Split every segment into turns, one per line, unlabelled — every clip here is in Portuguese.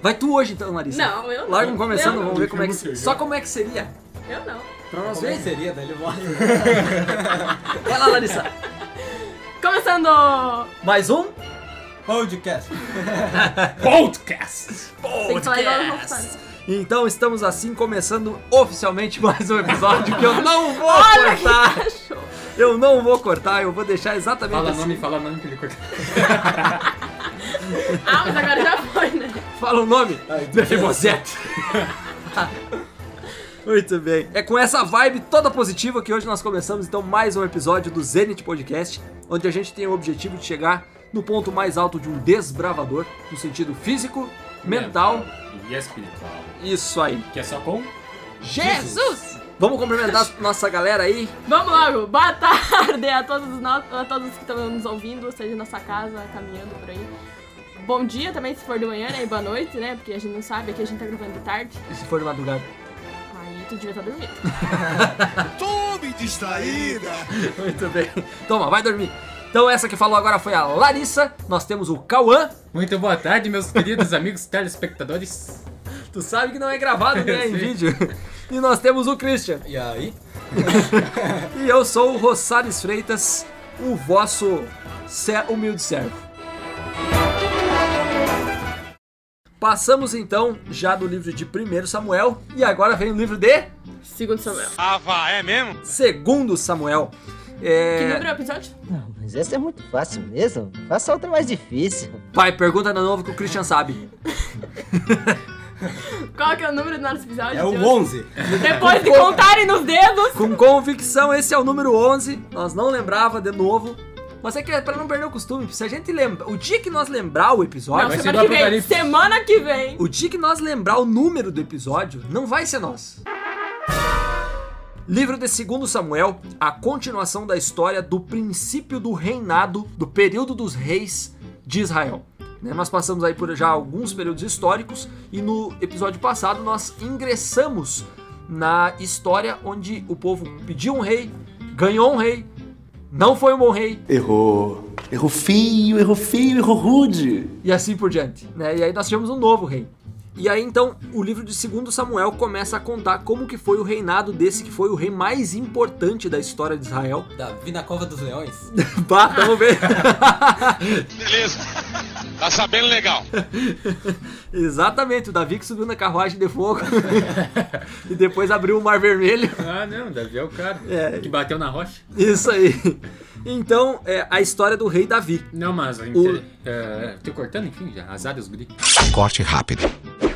Vai tu hoje então, Larissa.
Não, eu não.
Larga um começando,
Eu não.
vamos ver como é que.
Filme que eu
Só
já-
como é que seria.
Eu não.
Pra nós
Como é que
ver.
seria? Daí ele morre.
é
Vai lá, Larissa.
Começando!
Mais um.
Podcast.
Podcast!
Tem que falar igual o Rolf
Podcast.
Sainz.
Então estamos assim começando oficialmente mais um episódio que eu não vou cortar.
Cachorro.
Eu não vou cortar, eu vou deixar exatamente
Fala
assim.
nome, fala nome que ele corta.
Ah, mas agora já foi, né?
Fala o nome.
Ai, do
Bebozete. Muito bem. É com essa vibe toda positiva que hoje nós começamos então mais um episódio do Zenit Podcast, onde a gente tem o objetivo de chegar no ponto mais alto de um desbravador, no sentido físico, mental,
E espiritual.
isso aí.
Que é só com.
Jesus!
Vamos cumprimentar a nossa galera aí.
Vamos logo! Boa tarde a todos, nós, a todos que estão nos ouvindo, seja na sua casa, caminhando por aí. Bom dia também, se for de manhã, né? E boa noite, né? Porque a gente não sabe, aqui a gente tá gravando de tarde.
E se for de madrugada?
Aí tu devia estar dormindo.
Tome distraída.
Muito bem. Toma, vai dormir. Então essa que falou agora foi a Larissa. Nós temos o Cauã.
Muito boa tarde, meus queridos amigos telespectadores.
Tu sabe que não é gravado, né? em
Sim.
vídeo. E nós temos o Christian.
E aí?
E eu sou o Rosales Freitas, o vosso ser- humilde servo. Passamos então já do livro de 1 Samuel e agora vem o livro de
Segundo Samuel.
Ah, vá, é mesmo?
2 Samuel. É,
Que número é o episódio?
Não, mas essa é muito fácil mesmo. Faça outra mais difícil.
Pai, pergunta de novo que o Christian sabe.
Qual que é o número do nosso episódio?
É o
de hoje?
11.
Depois de contarem nos dedos!
Com convicção, esse é o número 11. Nós não lembrava de novo. Mas é que é pra não perder o costume. Se a gente lembra. O dia que nós lembrar o episódio.
Não,
vai ser
semana
do
que vem.
Apocalipse.
Semana que vem.
O dia que nós lembrar o número do episódio, não vai ser nós. Livro de 2 Samuel, a continuação da história do princípio do reinado, do período dos reis de Israel. Né, Nós passamos aí por já alguns períodos históricos e no episódio passado nós ingressamos na história onde o povo pediu um rei, ganhou um rei, não foi um bom rei,
Errou. Errou feio, errou feio, errou rude.
e assim por diante. Né? E aí nós tivemos um novo rei. E aí então o livro de 2 Samuel começa a contar como que foi o reinado desse que foi o rei mais importante da história de Israel.
Davi na Cova dos Leões.
Bah, tamo vendo.
Beleza. Tá sabendo legal.
Exatamente, o Davi que subiu na carruagem de fogo e depois abriu o Mar Vermelho.
Ah, não, Davi é o cara.
É.
Que bateu na rocha.
Isso aí. Então, é a história do rei Davi.
Não, mas.
O-
É, tô cortando, enfim, já. Azar os guri.
Corte rápido.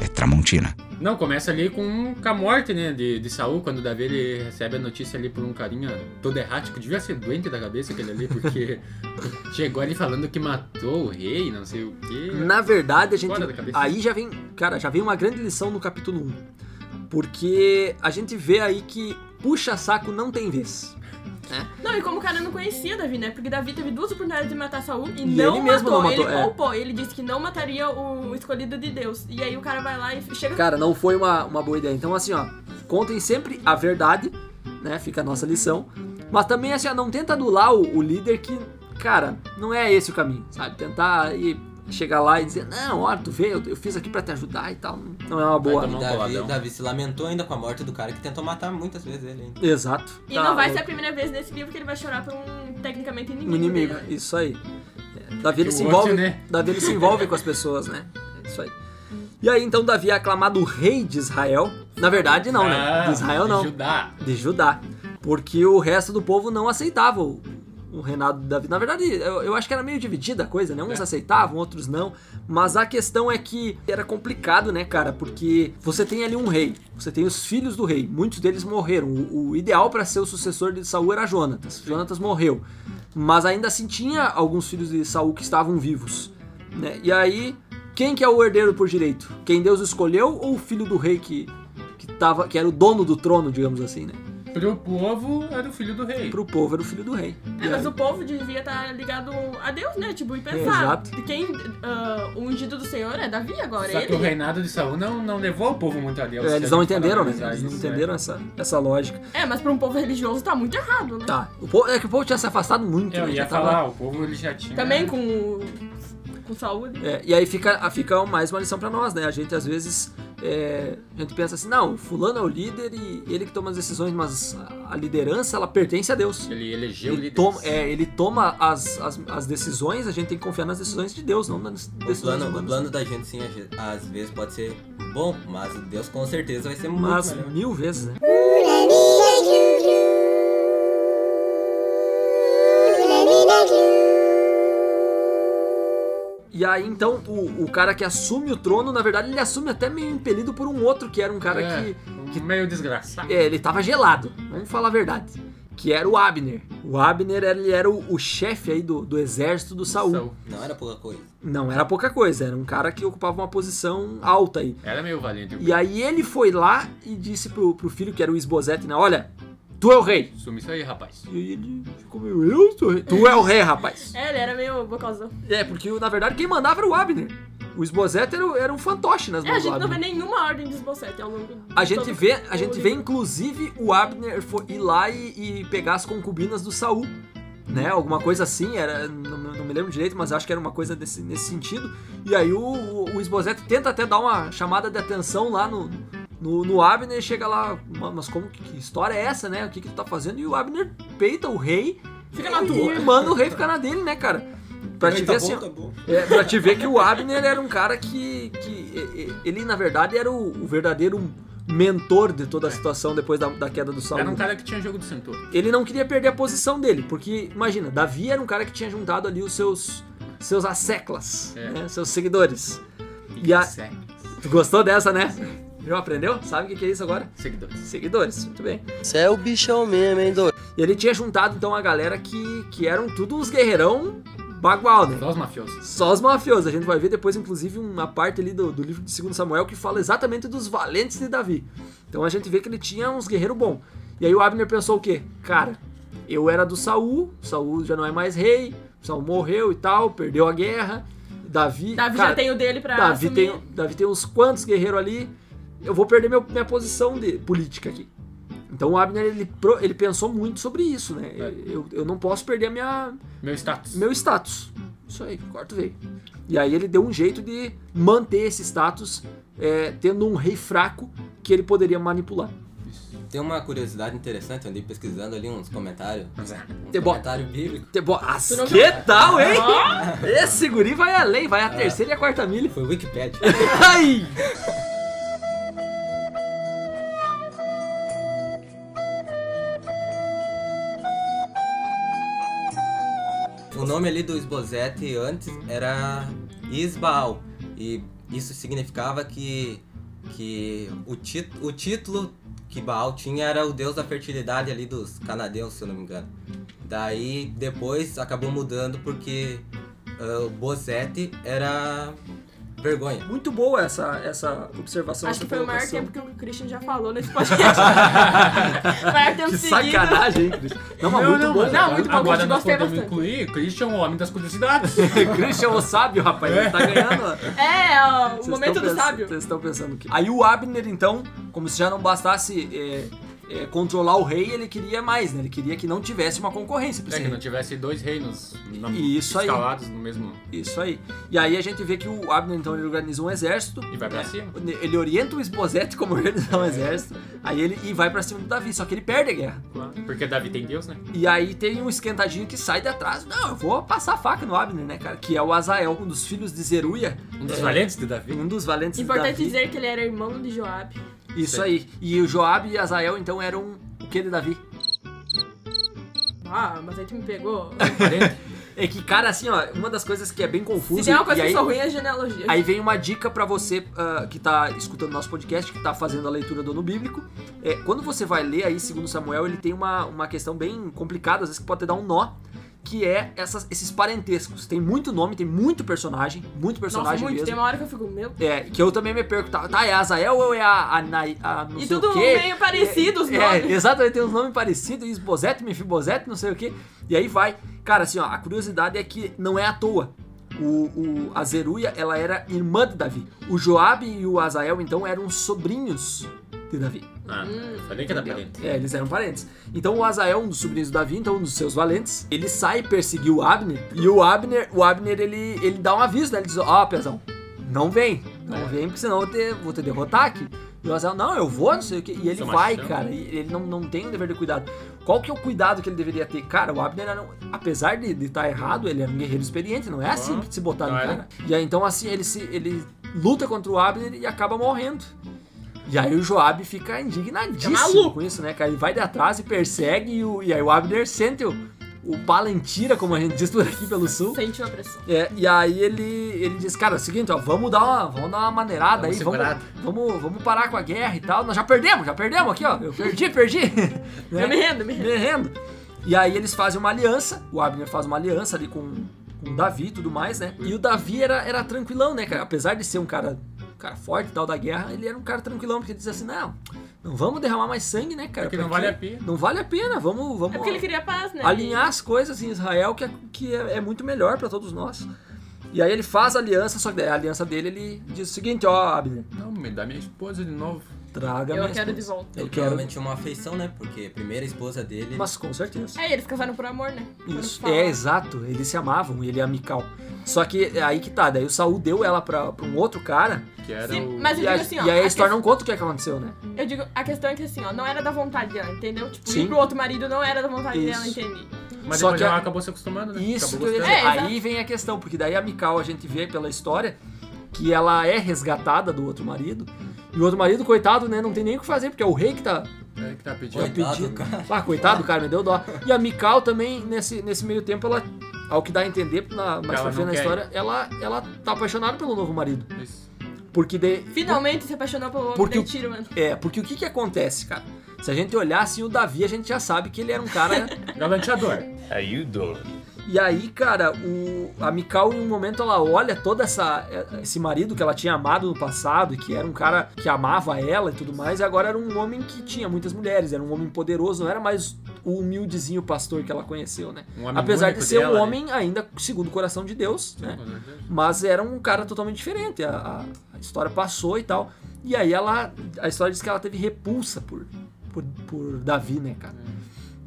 É Tramontina.
Não, começa ali com, com a morte, né, de, de Saul, quando o Davi ele recebe a notícia ali por um carinha todo errático. Devia ser doente da cabeça aquele ali, porque chegou ali falando que matou o rei, não sei o quê.
Na verdade, a gente.
Fora da cabeça.
Aí já vem. Cara, já vem uma grande lição no capítulo 1. Porque a gente vê aí que puxa-saco não tem vez.
Não, e como o cara não conhecia Davi, né? Porque Davi teve duas oportunidades de matar Saul e,
E
não,
ele
matou.
mesmo não matou,
Ele
é.
poupou, ele disse que não mataria o escolhido de Deus. E aí o cara vai lá e chega.
Cara, não foi uma, uma boa ideia. Então, assim, ó, contem sempre a verdade, né? Fica a nossa lição. Mas também, assim, ó, não tenta adular o, o líder que, cara, não é esse o caminho, sabe? Tentar e chegar lá e dizer, não, ó, tu vê, eu, eu fiz aqui pra te ajudar e tal. Não é uma boa.
tomar um
Davi,
boladão.
Davi se lamentou ainda com a morte do cara que tentou matar muitas vezes ele.
um
hein?
Exato.
E
Tá,
não vai
o-
ser a primeira vez nesse livro que ele vai chorar por um tecnicamente inimigo.
um inimigo.
dele.
Isso aí. É, Davi ele
O
se
ódio,
envolve,
né?
Davi ele se envolve com as pessoas, né? É Isso aí. E aí então Davi é aclamado rei de Israel. Na verdade não, né?
Ah,
De Israel não.
Judá.
de Judá, porque o resto do povo não aceitava o, o reinado de Davi. Na verdade, eu, eu acho que era meio dividida a coisa, né? Uns aceitavam, outros não. Mas a questão é que era complicado, né, cara? Porque você tem ali um rei, você tem os filhos do rei, muitos deles morreram. O, o ideal para ser o sucessor de Saul era Jonatas. Jonatas morreu, mas ainda assim tinha alguns filhos de Saul que estavam vivos, né? E aí quem que é o herdeiro por direito? Quem Deus escolheu ou o filho do rei que que, tava, que era o dono do trono, digamos assim, né?
Pro povo era o filho do rei.
pro povo era o filho do rei.
É, mas o povo devia estar ligado a Deus, né? Tipo, e pensar.
Exato.
Quem. ah, o ungido do Senhor é Davi agora.
Só que o
Ele.
reinado de Saul não, não levou o povo muito a Deus.
É,
se
eles
a
não
gente for
entenderam, né?
analisar
Eles não
isso, né?
entenderam essa, essa lógica.
É, mas pra um povo religioso tá muito errado, né?
Tá. O povo, é que o povo tinha se afastado muito,
Eu
né?
ia
Já tava-
falar, o povo ele já tinha.
Também com o com saúde.
É, e aí fica, fica mais uma lição pra nós, né? A gente às vezes é, a gente pensa assim, não, o fulano é o líder e ele que toma as decisões, mas a- a liderança ela pertence a Deus.
Ele elegeu
Ele
líderes.
toma, é, ele toma as, as, as decisões, a gente tem que confiar nas decisões de Deus, não nas
O
decisões
plano, o
humanas.
plano da gente, sim, às ve- às vezes pode ser bom, mas Deus com certeza vai ser é muito
Mas
melhor.
mil vezes, né? E aí, então, o, o cara que assume o trono, na verdade, ele assume até meio impelido por um outro, que era um cara
É,
que
um meio desgraçado.
É, ele tava gelado, vamos falar a verdade. Que era o Abner. O Abner ele era o, o chefe aí do, do exército do Saul.
Saul.
Não era pouca coisa.
Não era pouca coisa, era um cara que ocupava uma posição alta aí.
Era meio valente.
E aí ele foi lá e disse pro, pro filho, que era o Esbozete, né? Olha, tu é o rei.
Sumi isso aí, rapaz.
E aí ele ficou meio, eu sou o rei. Tu é o rei, rapaz.
É, ele era meio vocalzão.
É, porque na verdade quem mandava era o Abner. O Esbozete era, o- era um fantoche nas
É, a
mãos do
gente não vê
Abner.
nenhuma ordem de esbocete ao longo de
A gente
todo
vê,
o
a gente vê
livro.
inclusive o Abner fo- ir lá e, e pegar as concubinas do Saul, né? Alguma coisa assim, era, não, não me lembro direito, mas acho que era uma coisa desse, nesse sentido. E aí o, o, o Esbozete tenta até dar uma chamada de atenção lá no, no, no Abner e chega lá, "Ma- mas como que, que história é essa, né? O que que tu tá fazendo? E o Abner peita o rei
Fica na
e
tua.
manda o rei ficar na dele, né, cara? Pra
Ai,
te
tá
ver
bom,
assim, ó,
tá bom.
é, pra te ver que o Abner era um cara que. que e- e- ele, na verdade, era o, o verdadeiro mentor de toda a situação depois da, da queda do Saul.
É. Era um cara que tinha jogo de cintura.
Ele não queria perder a posição dele, porque, imagina, Davi era um cara que tinha juntado ali os seus. seus asseclas,
É.
né, seus seguidores. E a-
Segue.
Tu gostou dessa, né? Já aprendeu? Sabe o que que é isso agora?
Seguidores.
Seguidores, muito bem.
Você é o bichão mesmo, hein, doido?
E ele tinha juntado, então, a galera que, que eram tudo uns guerreirão bagual, né?
Só os mafiosos.
Só os mafiosos. A gente vai ver depois, inclusive, uma parte ali do, do livro de 2 Samuel que fala exatamente dos valentes de Davi. Então a gente vê que ele tinha uns guerreiros bons. E aí o Abner pensou o quê? Cara, eu era do Saul, Saul já não é mais rei, Saul morreu e tal, perdeu a guerra. Davi.
Davi
cara,
já tem o dele pra
Davi
assumir.
tem, Davi tem uns quantos guerreiros ali. Eu vou perder meu- minha posição de política aqui. Então o Abner ele, pro- ele pensou muito sobre isso, né? Eu, eu não posso perder a minha,
Meu status.
meu status. Isso aí, quarto veio. E aí ele deu um jeito de manter esse status, é, tendo um rei fraco que ele poderia manipular.
Tem uma curiosidade interessante, eu andei pesquisando ali uns comentários.
Mas, ah,
Um
Te bota.
comentário bíblico.
Te- Bo As-
Tu não
que
viu?
tal, hein? Esse guri vai além, vai a terceira e a quarta milha.
Foi o Wikipedia.
É. Ai!
o nome ali do Esbozete antes era Isbaal. E isso significava que, que o, ti- o título que Baal tinha era o deus da fertilidade ali dos canadeus, se eu não me engano. Daí depois acabou mudando porque ah, o Bozete era vergonha.
Muito boa essa, essa observação.
Acho
essa
que foi o maior
colocação.
tempo que o Christian já falou nesse podcast. maior tempo
Que
seguido.
sacanagem, hein, Cris? Não, mas muito bom.
mas
né?
Não, muito bom,
Agora
gente,
nós
gostei
podemos
bastante.
incluir Christian, o homem das curiosidades.
Christian é o sábio, rapaz. Ele tá ganhando. ó.
É, ó, o
Vocês
momento
estão
do
pensa-
sábio.
Vocês estão pensando que. Aí o Abner, então, como se já não bastasse é, é, controlar o rei, ele queria mais, né? Ele queria que não tivesse uma concorrência pra
Se
esse
que não
rei.
tivesse dois reinos na-
Isso aí.
escalados no mesmo.
Isso aí. E aí a gente vê que o Abner, então, ele organiza um exército. Né,
E vai pra cima.
Ele orienta o Esbozete como organizar um exército. Aí ele e vai pra cima do Davi, só que ele perde a guerra.
Porque Davi tem Deus, né?
E aí tem um esquentadinho que sai de atrás. Não, eu vou passar a faca no Abner, né, cara? Que é o Azael, um dos filhos de Zeruia.
Um dos valentes de Davi.
Um dos valentes de
Importante
Davi.
dizer que ele era irmão de Joab.
Isso aí. E o Joabe e Azael, então, eram o que de Davi?
Ah, mas aí tu me pegou.
É que, cara, assim, ó, uma das coisas que é bem confusa.
Se tem uma
e
coisa que
aí,
eu sou ruim é genealogia.
aí vem uma dica pra você ah, que tá escutando nosso podcast, que tá fazendo a leitura do ano bíblico. É, quando você vai ler aí, segundo Samuel, ele tem uma, uma questão bem complicada, às vezes que pode até dar um nó. Que é essas- esses parentescos. Tem muito nome, tem muito personagem, muito
Nossa,
personagem
muito.
mesmo.
Tem uma hora que eu fico, meu.
É, que eu também me pergunto, tá, tá, é a Azael ou é a, a, Nai- a não
E
sei o
tudo
quê?
meio parecido os
É,
nomes.
exatamente, tem uns nomes parecidos, Isbozete, Mefibozete, não sei o que. E aí vai. Cara, assim, ó, a curiosidade é que não é à toa. O, o- a Zeruia, ela era irmã de Davi. O Joabe e o Azael, então, eram sobrinhos de Davi.
Ah, eu falei que era parente.
É, eles eram parentes. Então o Azael, um dos sobrinhos do Davi, então um dos seus valentes, ele sai perseguir o Abner. E o Abner, o Abner ele, ele dá um aviso, né? Ele diz: Ó, pezão, não vem. Não
É.
vem, porque senão eu te- vou te derrotar aqui. E o Azael, não, eu vou, não sei o quê. E ele
Seu
vai,
machão.
cara. E ele não, não tem o dever de cuidado. Qual que é o cuidado que ele deveria ter? Cara, o Abner, era um- apesar de estar errado, ele era um guerreiro experiente. Não é assim de se botar no
Não era.
cara. E aí, então, assim, ele, se, ele luta contra o Abner e acaba morrendo. E aí o Joab fica indignadíssimo
É maluco.
com isso, né, cara? Ele vai de atrás e persegue, e, o- e aí o Abner sente o, o palantira, como a gente diz por aqui pelo sul.
Sentiu a pressão.
É, e aí ele, ele diz, cara, é o seguinte, ó, vamos dar uma, vamos dar uma maneirada
Vamos
aí, vamos,
segurada.
vamos, vamos parar com a guerra e tal. Nós já perdemos, já perdemos aqui, ó. Eu perdi, perdi. Né?
Eu me rendo, me rendo.
Me rendo. E aí eles fazem uma aliança, o Abner faz uma aliança ali com, com o Davi e tudo mais, né? E o Davi era, era tranquilão, né, cara? Apesar de ser um cara, um cara forte e tal da guerra, ele era um cara tranquilão, porque ele dizia assim, não, não vamos derramar mais sangue, né, cara?
Porque É não
Pra quê?
vale a pena."
Não vale a pena, vamos... vamos
É porque ele queria paz, né?
alinhar as coisas em Israel, que é, que é, é muito melhor pra todos nós. E aí ele faz a aliança, só que daí a aliança dele, ele diz o seguinte, ó, Abner,
Não, me dá minha esposa de novo.
traga
Eu
minha
quero
esposa.
de volta.
Eu quero,
Provavelmente uma afeição, né? Porque a primeira esposa dele.
mas com certeza.
É, eles casaram por amor, né? Quando
Isso,
fala.
é exato, eles se amavam, ele é amical. Só que é aí que tá, daí o Saul deu ela pra, pra um outro cara,
Que era
Sim,
o.
mas eu
e, a,
digo assim, ó.
e aí a
a
história não conta o que, é que aconteceu, né?
Eu digo, a questão é que assim, ó, não era da vontade dela, entendeu? Tipo,
Sim.
ir pro outro marido não era da vontade dela,
Isso.
entendi.
Mas
Só
depois
que
ela
a-
acabou se acostumando, né?
Isso que
acabou
eu ia dizer.
gostando.
É, exato.
Aí vem a questão, porque daí a Mikau a gente vê pela história que ela é resgatada do outro marido. E o outro marido, coitado, né, não tem nem o que fazer, porque é o rei que tá
É que tá pedindo.
Eu
Coitado,
pedi.
cara.
Ah, coitado, cara, me deu dó. E a Mikau também, nesse, nesse meio tempo, ela, ao que dá a entender, na, mais
Ela
pra frente
não
na
quer.
história, ela, ela tá apaixonada pelo novo marido.
Isso.
Porque de,
Finalmente se apaixonou pelo homem
Porque
Porque
o-
tiro, mano.
É, porque o que que acontece, cara? Se a gente olhar assim o Davi, a gente já sabe que ele era um cara.
Galanteador.
e aí, cara, o, a Mikau, em um momento, ela olha todo essa, esse marido que ela tinha amado no passado, e que era um cara que amava ela e tudo mais, e agora era um homem que tinha muitas mulheres, era um homem poderoso, não era mais o humildezinho pastor que ela conheceu, né?
Um homem
Apesar de
único
ser
dela,
um
né?
homem ainda segundo o coração de Deus, né?
Com certeza.
Mas era um cara totalmente diferente. A, a- a história passou e tal. E aí ela. A história diz que ela teve repulsa por, por, por Davi, né, cara?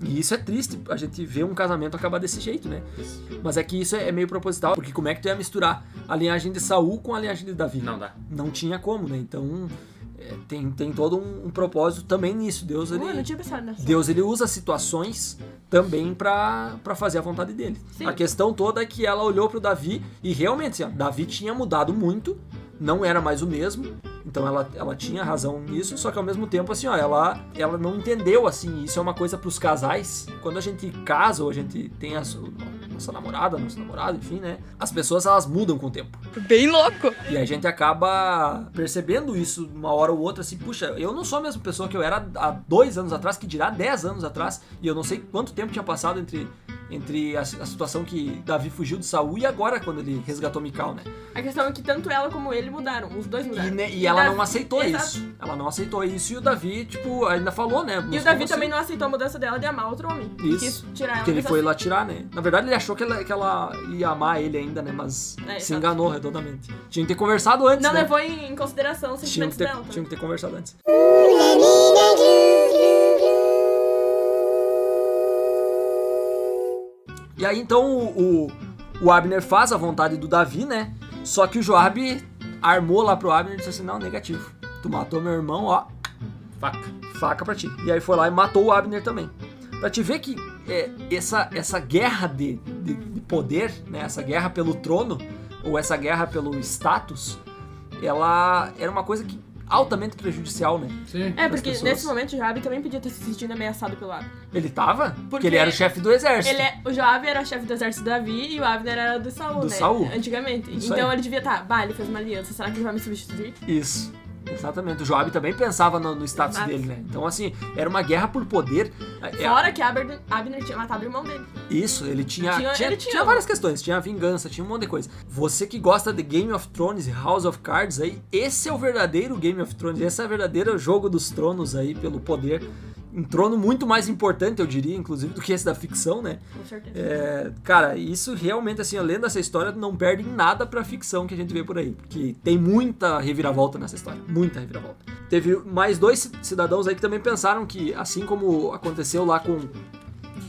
E isso é triste, a gente vê um casamento acabar desse jeito, né?
Isso.
Mas é que isso é meio proposital, porque como é que tu ia misturar a linhagem de Saul com a linhagem de Davi?
Não dá.
Não tinha como, né? Então é, tem, tem todo um, um propósito também nisso. Deus, ele.
Mano, Uh, eu não tinha pensado nessa.
Deus ele usa situações também pra pra fazer a vontade dele.
Sim.
A questão toda é que ela olhou pro Davi e realmente, assim, ó, Davi tinha mudado muito, não era mais o mesmo. Então ela, ela tinha razão nisso, só que ao mesmo tempo assim, ó, ela ela não entendeu assim, isso é uma coisa pros casais. Quando a gente casa ou a gente tem a su- nossa namorada, nosso namorado, enfim, né? As pessoas elas mudam com o tempo.
Bem louco!
E a gente acaba percebendo isso uma hora ou outra, assim, puxa, eu não sou a mesma pessoa que eu era há dois anos atrás, que dirá dez anos atrás, e eu não sei quanto tempo tinha passado entre, entre a, a situação que Davi fugiu de Saul e agora quando ele resgatou Mical, né?
A questão é que tanto ela como ele mudaram, os dois
E,
mudaram.
né- e ela
Davi-
não aceitou
Exato.
isso. Ela não aceitou isso e o Davi, tipo, ainda falou, né?
E o Davi também não aceitou a mudança dela de amar outro homem. E
Isso.
quis tirar ela
Porque ele
dessa-
foi lá tirar, né? Na verdade, ele achou que ela, que ela ia amar ele ainda, né? Mas
É,
se
exato.
enganou redondamente. Tinha que ter conversado antes,
Não
né?
levou em em consideração os
Tinha que,
sentimentos
ter,
dela. tá?
tinha um que ter conversado antes. E aí então o, o, o Abner faz a vontade do Davi, né? Só que o Joab armou lá pro Abner e disse assim: não, negativo. Tu matou meu irmão, ó,
Faca.
faca pra ti. E aí foi lá e matou o Abner também. Pra te ver que é, essa, essa guerra de, de, de poder, né? Essa guerra pelo trono, ou essa guerra pelo status, ela era uma coisa que altamente prejudicial, né?
Sim.
É, porque
pessoas.
nesse momento o Joab também podia ter se sentido ameaçado pelo Abner.
Ele tava? Porque,
Porque
ele era o chefe do exército.
Ele é, o Joab era o chefe do exército do Davi e o Abner era do Saul,
Do
né?
Saul.
Antigamente.
Isso
então
aí.
ele devia estar, tá, bah, ele fez uma aliança, será que ele vai me substituir?
Isso. Exatamente. O Joab também pensava no, no status
Exato.
dele, né? Então, assim, era uma guerra por poder. É,
Fora que Abner, Abner tinha matado o irmão dele.
Isso, ele tinha tinha,
Tinha- ele
tinha
tinha-
várias questões. Tinha vingança, tinha um monte de coisa. Você que gosta de Game of Thrones e House of Cards aí, esse é o verdadeiro Game of Thrones. Esse é o verdadeiro jogo dos tronos aí, pelo poder. um trono muito mais importante, eu diria, inclusive, do que esse da ficção, né?
Com certeza.
É, cara, isso realmente, assim, além dessa história, não perde em nada pra ficção que a gente vê por aí. Porque tem muita reviravolta nessa história. Muita reviravolta. Teve mais dois ci- cidadãos aí que também pensaram que, assim como aconteceu lá com.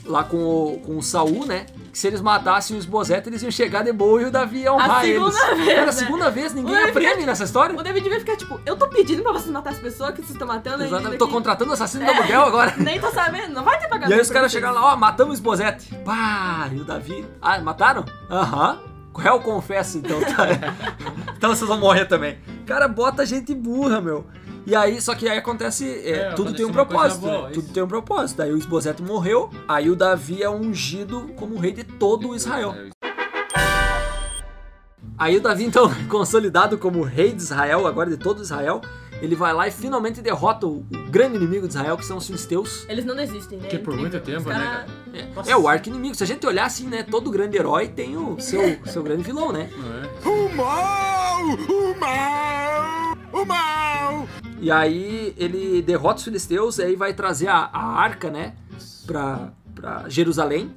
Lá com o, com o Saul, né? Que se eles matassem os Bozet, eles iam chegar de boa e o Davi ia honrar
segunda
eles.
vez,
Cara,
né?
a segunda vez, ninguém
O Davi
é prêmio nessa história.
O David vai ficar tipo, eu tô pedindo pra vocês matar as pessoas que vocês estão matando. e
Exatamente.
ainda
Tô
que-
contratando assassino do aluguel agora.
Nem tô sabendo, não vai ter pagamento.
E aí os
pra
caras
vocês.
chegaram lá, ó, matamos o Esbozete. Pá, e o Davi. Ah, mataram? Aham. Réu confesso, então tá. então vocês vão morrer também. Cara, bota gente burra, meu. E aí, só que aí acontece. é,
É,
tudo tem
aconteceu
um
uma coisa
propósito.
boa,
né?
isso.
Tudo tem um propósito. Aí o Esbozete morreu, aí o Davi é ungido como rei de todo Israel. Aí o Davi, então, consolidado como rei de Israel, agora de todo Israel, ele vai lá e finalmente derrota o, o grande inimigo de Israel, que são os filisteus.
Eles não desistem, né?
Que por muito tempo, né, cara?
É, é o arco inimigo. Se a gente olhar assim, né? Todo grande herói tem o seu, seu grande vilão, né?
Não é?
O mal! O mal! O mal!
E aí ele derrota os filisteus e aí vai trazer a, a arca, né? Pra, pra Jerusalém.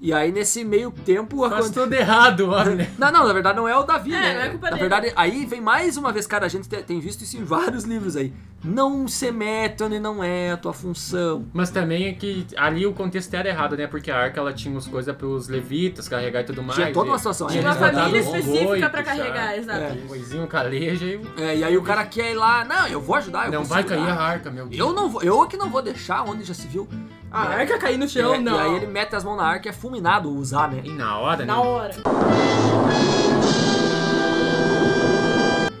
E aí nesse meio tempo...
Faz
aconte-
tudo errado, homem, né?
Não, não, na verdade não é o Davi,
É,
né?
não é culpa
na
dele.
verdade, aí vem mais uma vez, cara, a gente te- tem visto isso em vários livros aí. Não se meta onde não é a tua função.
Mas também é que ali o contexto era errado, né? Porque a arca ela tinha as coisas pros levitas carregar e tudo mais.
Tinha toda
e-
uma situação.
tinha
Aí
Uma
eles botaram-
família
um
específica
boi,
pra
puxar.
carregar, exato.
É.
Um boizinho caleja e o-
É, e aí o cara quer ir lá, não, eu vou ajudar, Ah, eu
Não
vou
vai
segurar.
cair a arca, meu Deus.
Eu não vou, eu que não vou deixar onde já se viu.
A arca cair no chão,
É,
Então, não.
E aí ele mete as mãos na arca e é fulminado usar, né?
E na hora,
Na
né?
hora.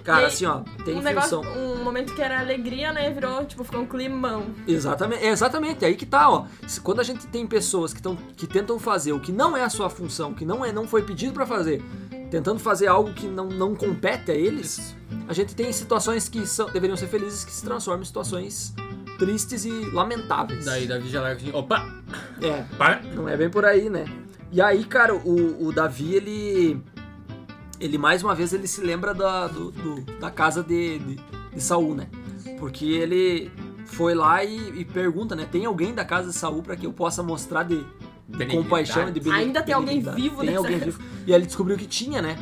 Cara,
Tem
assim, ó, tem
um negócio,
função.
um momento que era alegria, né? Virou, tipo, ficou um climão.
Exatamente, é exatamente, aí que tá, ó. Se- Quando a gente tem pessoas que, tão, que tentam fazer o que não é a sua função, que não é, não foi pedido pra fazer, tentando fazer algo que não, não compete a eles, a gente tem situações que são, deveriam ser felizes que se transformam em situações tristes e lamentáveis.
Daí Davi já larga assim, opa,
É,
para.
Não é bem por aí, né? E aí, cara, o, o Davi, ele. Ele mais uma vez ele se lembra da, do- do- da casa de, de, de Saul, né? Porque ele foi lá e, e pergunta, né? Tem alguém da casa de Saul pra que eu possa mostrar de, de
Benignidade.
compaixão e de beni-
Ainda tem alguém
benignidade?
vivo
Tem
nessa
alguém
casa.
vivo. E aí ele descobriu que tinha, né?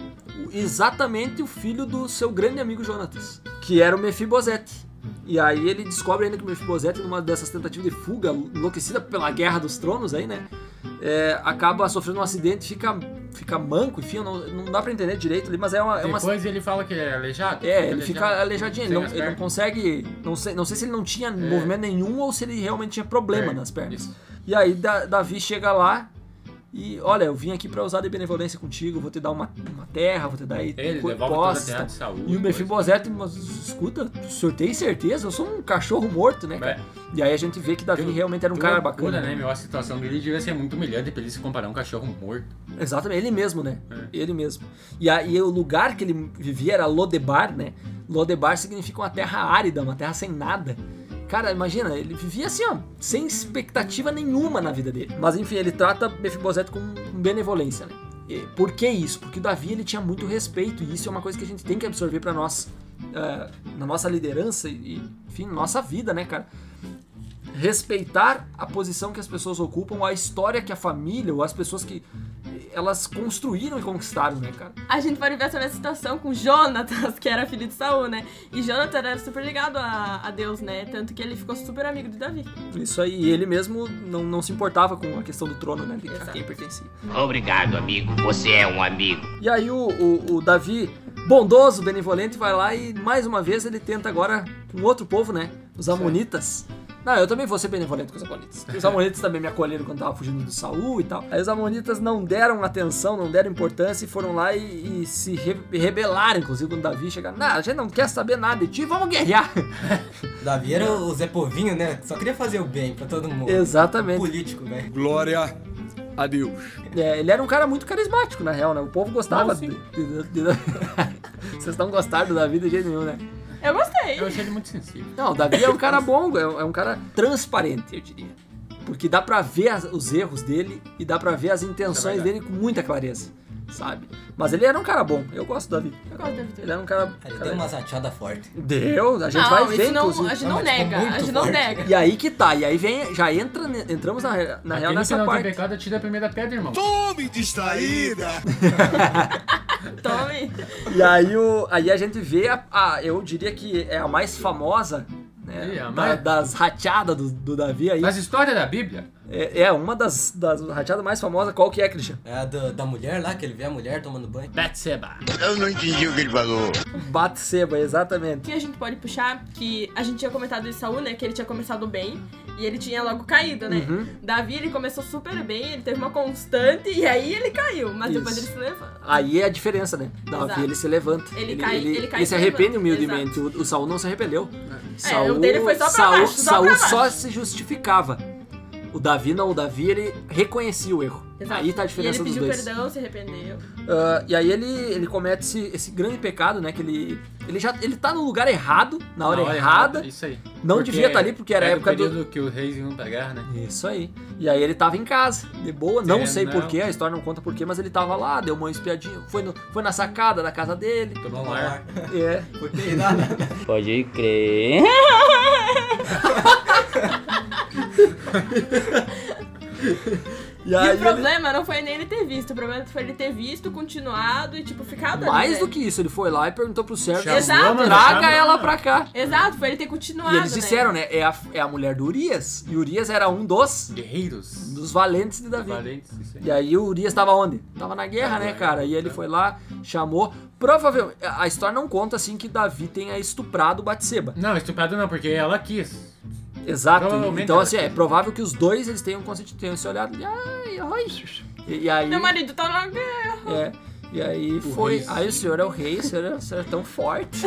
O- Exatamente o filho do seu grande amigo Jonatas, que era o Mefibosete. E aí ele descobre ainda que o Mefibosete, numa dessas tentativas de fuga, enlouquecida pela Guerra dos Tronos aí, né? é, acaba sofrendo um acidente, fica, fica manco, enfim, não, não dá pra entender direito ali, mas é uma... É, uma-
Depois ele fala que ele é aleijado.
é, ele fica aleijadinho, ele
Sem
não,
as
ele não
pernas. É.
consegue... Não sei, não sei se ele não tinha movimento nenhum ou se ele realmente tinha problema nas pernas.
Isso.
E aí Da- Davi chega lá e, olha, eu vim aqui pra usar de benevolência contigo, vou te dar uma, uma terra, vou te dar aí
Ele
co- tá
devolve toda a terra de Saul.
E o
coisa.
Mefibosete, mas escuta, o senhor tem certeza? Eu sou um cachorro morto, né, cara?
É.
E aí a gente vê que Davi
Que
realmente era um cara bacana.
né, meu? A situação dele devia ser muito humilhante pra ele se comparar a um cachorro morto.
Exatamente, ele mesmo, né? Ele mesmo. E aí o lugar que ele vivia era Lodebar, né? Lodebar significa uma terra árida, uma terra sem nada. Cara, imagina, ele vivia assim, ó, sem expectativa nenhuma na vida dele. Mas enfim, ele trata Mefibosete com benevolência, né? E por que isso? Porque o Davi ele tinha muito respeito e isso é uma coisa que a gente tem que absorver pra nós, eh, na nossa liderança e, enfim, na nossa vida, né, cara? respeitar a posição que as pessoas ocupam, a história que a família ou as pessoas que eh, elas construíram e conquistaram, né, cara?
A gente pode ver essa mesma situação com Jonatas, que era filho de Saul, né? E Jonatas era super ligado a, a Deus, né? Tanto que ele ficou super amigo de Davi.
Isso aí, e ele mesmo não, não se importava com a questão do trono, né, de a
Exato.
quem pertencia.
Obrigado, amigo. Você é um amigo.
E aí o, o, o Davi, bondoso, benevolente, vai lá e mais uma vez ele tenta agora com outro povo, né, os Amonitas. Não, eu também vou ser benevolente com os Amonitas. Os Amonitas também me acolheram quando tava fugindo do Saul e tal. Aí os Amonitas não deram atenção, não deram importância e foram lá e, e se re- rebelaram, inclusive, quando Davi chegaram. Não, a gente não quer saber nada de ti, vamos guerrear.
Davi era o Zé Povinho, né? Só queria fazer o bem pra todo mundo.
Exatamente.
Político, velho.
Glória a Deus.
É, ele era um cara muito carismático, na real, né? O povo gostava.
Não, sim.
de- de- de- Vocês não gostaram do Davi de jeito nenhum, né?
Eu gostei.
Eu achei ele muito sensível.
Não, o Davi é um cara bom, é um, é um cara transparente, eu diria. Porque dá pra ver as- os erros dele e dá pra ver as intenções
verdade.
dele com muita clareza. sabe? Mas ele era um cara bom. Eu gosto do Davi.
Eu gosto do Davi
Ele
também.
era um cara.
Cara, ele
cara-
deu umas achadas fortes.
Deu, a gente
não,
vai
isso
ver,
não,
inclusive. tipo,
a gente não
Não, mas ficou
nega, a
muito
gente não
forte.
nega.
E aí que tá, e aí vem, já entra, ne- entramos na, re- na real
Aquele que
nessa
não tem
parte.
pecado tira a primeira pedra, irmão.
Tome distraída!
Tome.
E aí, o, aí a gente vê, a, a- eu diria que é a mais famosa, né,
Ih, a
da-
mais-
das rateadas do, do Davi aí.
Nas histórias da Bíblia,
É, é uma das, das rateadas mais famosas, qual que é, Christian?
É a da, da mulher lá, que ele vê a mulher tomando banho.
Betseba.
Eu não entendi o que ele falou.
Batseba,
O
exatamente.
que a gente pode puxar, que a gente tinha comentado de Saul, né? Que ele tinha começado bem e ele tinha logo caído, né?
Uhum.
Davi, ele começou super bem, ele teve uma constante e aí ele caiu. Mas depois
Isso.
ele se levanta.
Aí é a diferença, né? Davi,
Exato.
ele se levanta.
Ele cai- ele cai
se
e
arrepende
levanta,
humildemente. O, o Saul não se arrependeu.
É, o dele foi só pra
Saul,
baixo, só
Saul
pra baixo.
só se justificava. O Davi não, o Davi ele reconhecia o erro. Aí tá a
e ele
diferença dos
pediu
dois.
perdão, se arrependeu.
Ah, e aí ele, ele comete esse, esse grande pecado, né? Que ele, ele já ele tá no lugar errado, na hora,
Na
errada.
Isso aí.
Não devia tá ali, porque era a
era
época
o
do-
período que os reis iam pra guerra, né?
Isso aí. E aí ele tava em casa, de boa, não
É,
sei
não.
porquê, a história não conta porquê, mas ele tava lá, deu uma espiadinha, foi, no- foi na sacada da casa dele.
Tomou um ar.
É.
Por que nada?
Pode crer.
E
E
aí
o
ele,
problema não foi nem ele ter visto, o problema foi ele ter visto, continuado e, tipo, ficado ali,
mais
né?
do que isso, ele foi lá e perguntou pro servo,
Chamou,
Exato.
mano,
traga
chamou.
ela pra cá.
Exato, foi ele ter continuado.
e eles disseram, né, é, a, é a mulher do Urias, e Urias era um dos,
Guerreiros.
dos valentes de Davi.
Valentes, isso aí.
E aí o Urias tava onde? Tava na guerra, né, cara? E ele foi lá, chamou. Provavelmente, a a história não conta assim que Davi tenha estuprado Batseba.
Não, estuprado não, porque ela quis.
Exato.
Provavelmente
Então,
ela
assim, é
quis.
provável que os dois eles tenham consentido, tenham se olhado. E aí, ai, e, e aí,
Meu marido tá na guerra.
é, e aí foi.
rei.
Aí o senhor é o rei, o senhor é, o senhor é tão forte.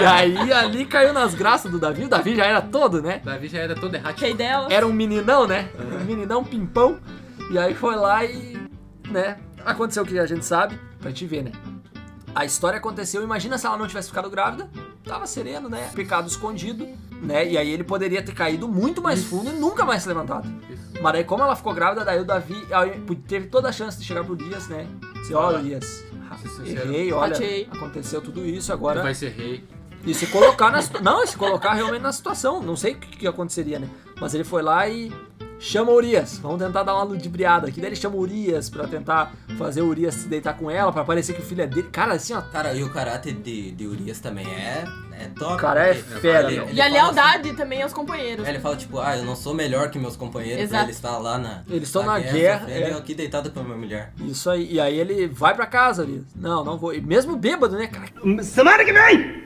e aí ali caiu nas graças do Davi. O Davi já era todo, né?
Davi já era todo errado.
Cheio dela.
Era um meninão, né? Um meninão pimpão. E aí foi lá e. né? Aconteceu o que a gente sabe, pra gente ver, né? A história aconteceu, imagina se ela não tivesse ficado grávida, tava sereno, né? Pecado escondido, né? E aí ele poderia ter caído muito mais fundo e nunca mais se levantado.
Isso.
Mas daí, como ela ficou grávida, daí o Davi aí, pu- teve toda a chance de chegar pro Dias, né? Dizer, olha, Dias, ra-
ser sincero.
errei, olha,
Fatei.
aconteceu tudo isso,
Tu
agora
vai ser rei.
e se colocar na situa- Não, e se colocar realmente na situação. Não sei o que, que aconteceria, né? Mas ele foi lá e chama o Urias. Vamos tentar dar uma ludibriada aqui. Daí ele chama o Urias pra tentar fazer o Urias se deitar com ela, pra parecer que o filho é dele. Cara, assim, ó.
Cara, e o caráter de, de Urias também é, é top.
O cara é
porque
fera, meu.
E a
fala assim-
lealdade também aos companheiros.
É, ele fala, tipo, ah, eu não sou melhor que meus companheiros, né,
Exato.
ele está lá na.
Eles estão na guerra,
sofrendo,
é.
e Eu aqui deitado com a minha mulher.
Isso aí. E aí ele vai pra casa, Urias. Não, não vou. E mesmo bêbado, né, cara?
Semana que vem!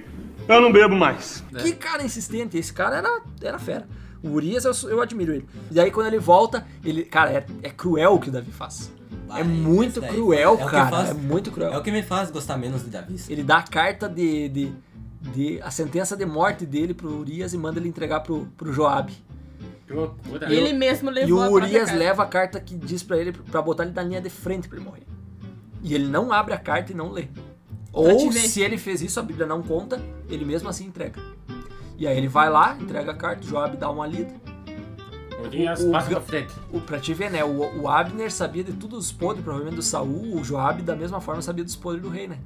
Eu não bebo mais.
É.
Que cara insistente. Esse cara era, era fera. O Urias, eu, eu admiro ele. E aí quando ele volta, ele. Cara, é, é cruel o que o Davi faz.
Vai,
é muito
esse daí.
cruel,
É o que
cara.
faz-
É muito cruel.
É o que me faz gostar menos de Davi.
Ele dá a carta de, de, de- a sentença de morte dele pro Urias e manda ele entregar pro, pro Joab.
Que loucura.
E ele mesmo
E
levou a
o
própria
Urias
casa.
leva a carta que diz pra ele pra botar ele na linha de frente pra ele morrer. E ele não abre a carta e não lê.
te
Ou
ver.
se ele fez isso, a Bíblia não conta, ele mesmo assim entrega. E aí ele vai lá, entrega a carta, Joab dá uma lida.
Urias
o-
passa pra frente.
O, pra te ver, né? O, o Abner sabia de tudo os podres, provavelmente do Saul, o Joab da mesma forma sabia dos podres do rei, né?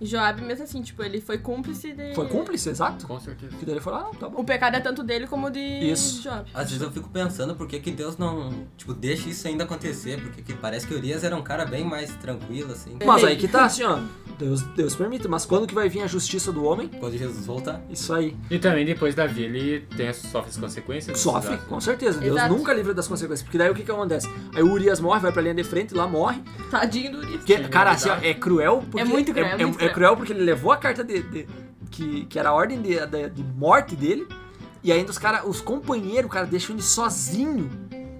E Joab, mesmo assim, tipo, ele foi cúmplice de.
Foi cúmplice, exato.
Com certeza.
Que daí ele falou, ah, tá bom.
O pecado é tanto dele como de
Isso.
Joab.
Às vezes eu fico pensando por que, que Deus não, tipo, deixa isso ainda acontecer, porque que parece que Urias era um cara bem mais tranquilo, assim.
Mas aí que tá assim, ó. Deus, Deus permite, mas quando que vai vir a justiça do homem?
Quando Jesus voltar,
Isso aí.
E também depois Davi, ele tem, sofre as consequências.
Sofre,
Exato.
com certeza. Deus
Exato.
nunca livra das consequências. Porque daí o que que acontece? Aí o Urias morre, vai pra linha de frente, lá morre.
Tadinho do Urias.
Porque, cara, assim, ó, é cruel. Porque
É muito cruel,
É,
é muito
é
cruel.
cruel porque ele levou a carta de, de- que, que era a ordem de, de- de morte dele. E ainda os cara, os companheiros, cara, deixam ele sozinho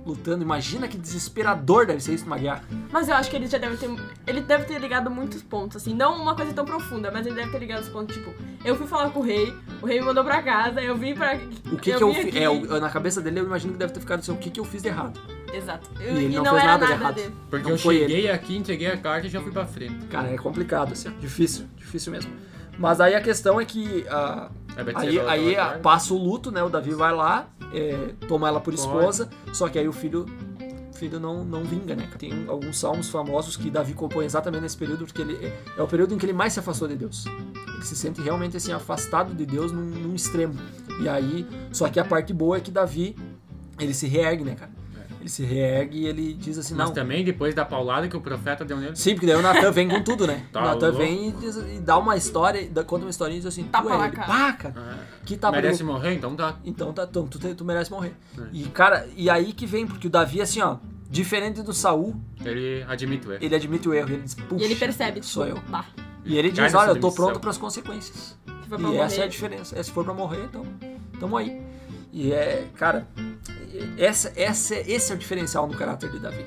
lutando. Imagina que desesperador deve ser isso numa guerra.
Mas eu acho que ele já deve ter. Ele deve ter ligado muitos pontos, assim. Não uma coisa tão profunda, mas ele deve ter ligado os pontos. Tipo, eu fui falar com o rei, o rei me mandou pra casa, eu vim pra.
O que que eu
vim
fiz?
aqui.
É, o- na cabeça dele, eu imagino que deve ter ficado assim: o que que eu fiz de errado?
Exato.
E ele
e
não
não,
fez
era
nada de errado.
dele.
Porque
Não
eu
foi
cheguei aqui, entreguei a carta e já fui pra frente.
Cara, é complicado, assim, ó. difícil, difícil mesmo. Mas aí a questão é que ah,
A Betseba
aí,
ela
aí
tava
ah,
grávida.
passa o luto, né? O Davi vai lá, é, toma ela por esposa, só que aí o filho filho não, não vinga, né? Tem alguns salmos famosos que Davi compõe exatamente nesse período, porque ele é o período em que ele mais se afastou de Deus. Ele se sente realmente assim afastado de Deus num, num extremo. E aí, só que a parte boa é que Davi ele se reergue, né, cara? Ele se reergue e ele diz assim,
É. Mas
não.
também depois da paulada que o profeta deu nele.
Sim, porque daí o Natan vem com tudo, né?
Tá
o Natan
louco.
vem e, diz- e dá uma história, dá- conta uma historinha e diz assim,
Tapa
tu é
na
ele.
Tá cara.
Pá, cara,
Ah,
que tapa no-
merece morrer, É. então tá.
então tá, tu, tu, te- tu merece morrer. E cara, e aí que vem, porque o Davi, assim, ó, diferente do Saul,
Ele admite o erro.
ele admite o erro, ele diz, puxa,
E ele percebe, tipo,
sou eu.
bah,
E ele
Cai
diz,
nessa
olha, eu tô
demissão.
pronto pras consequências.
se for
e
pra morrer,
essa é a diferença. É, se for pra morrer, então, tamo aí. E é, cara, e- essa, essa, esse é o diferencial no caráter de Davi.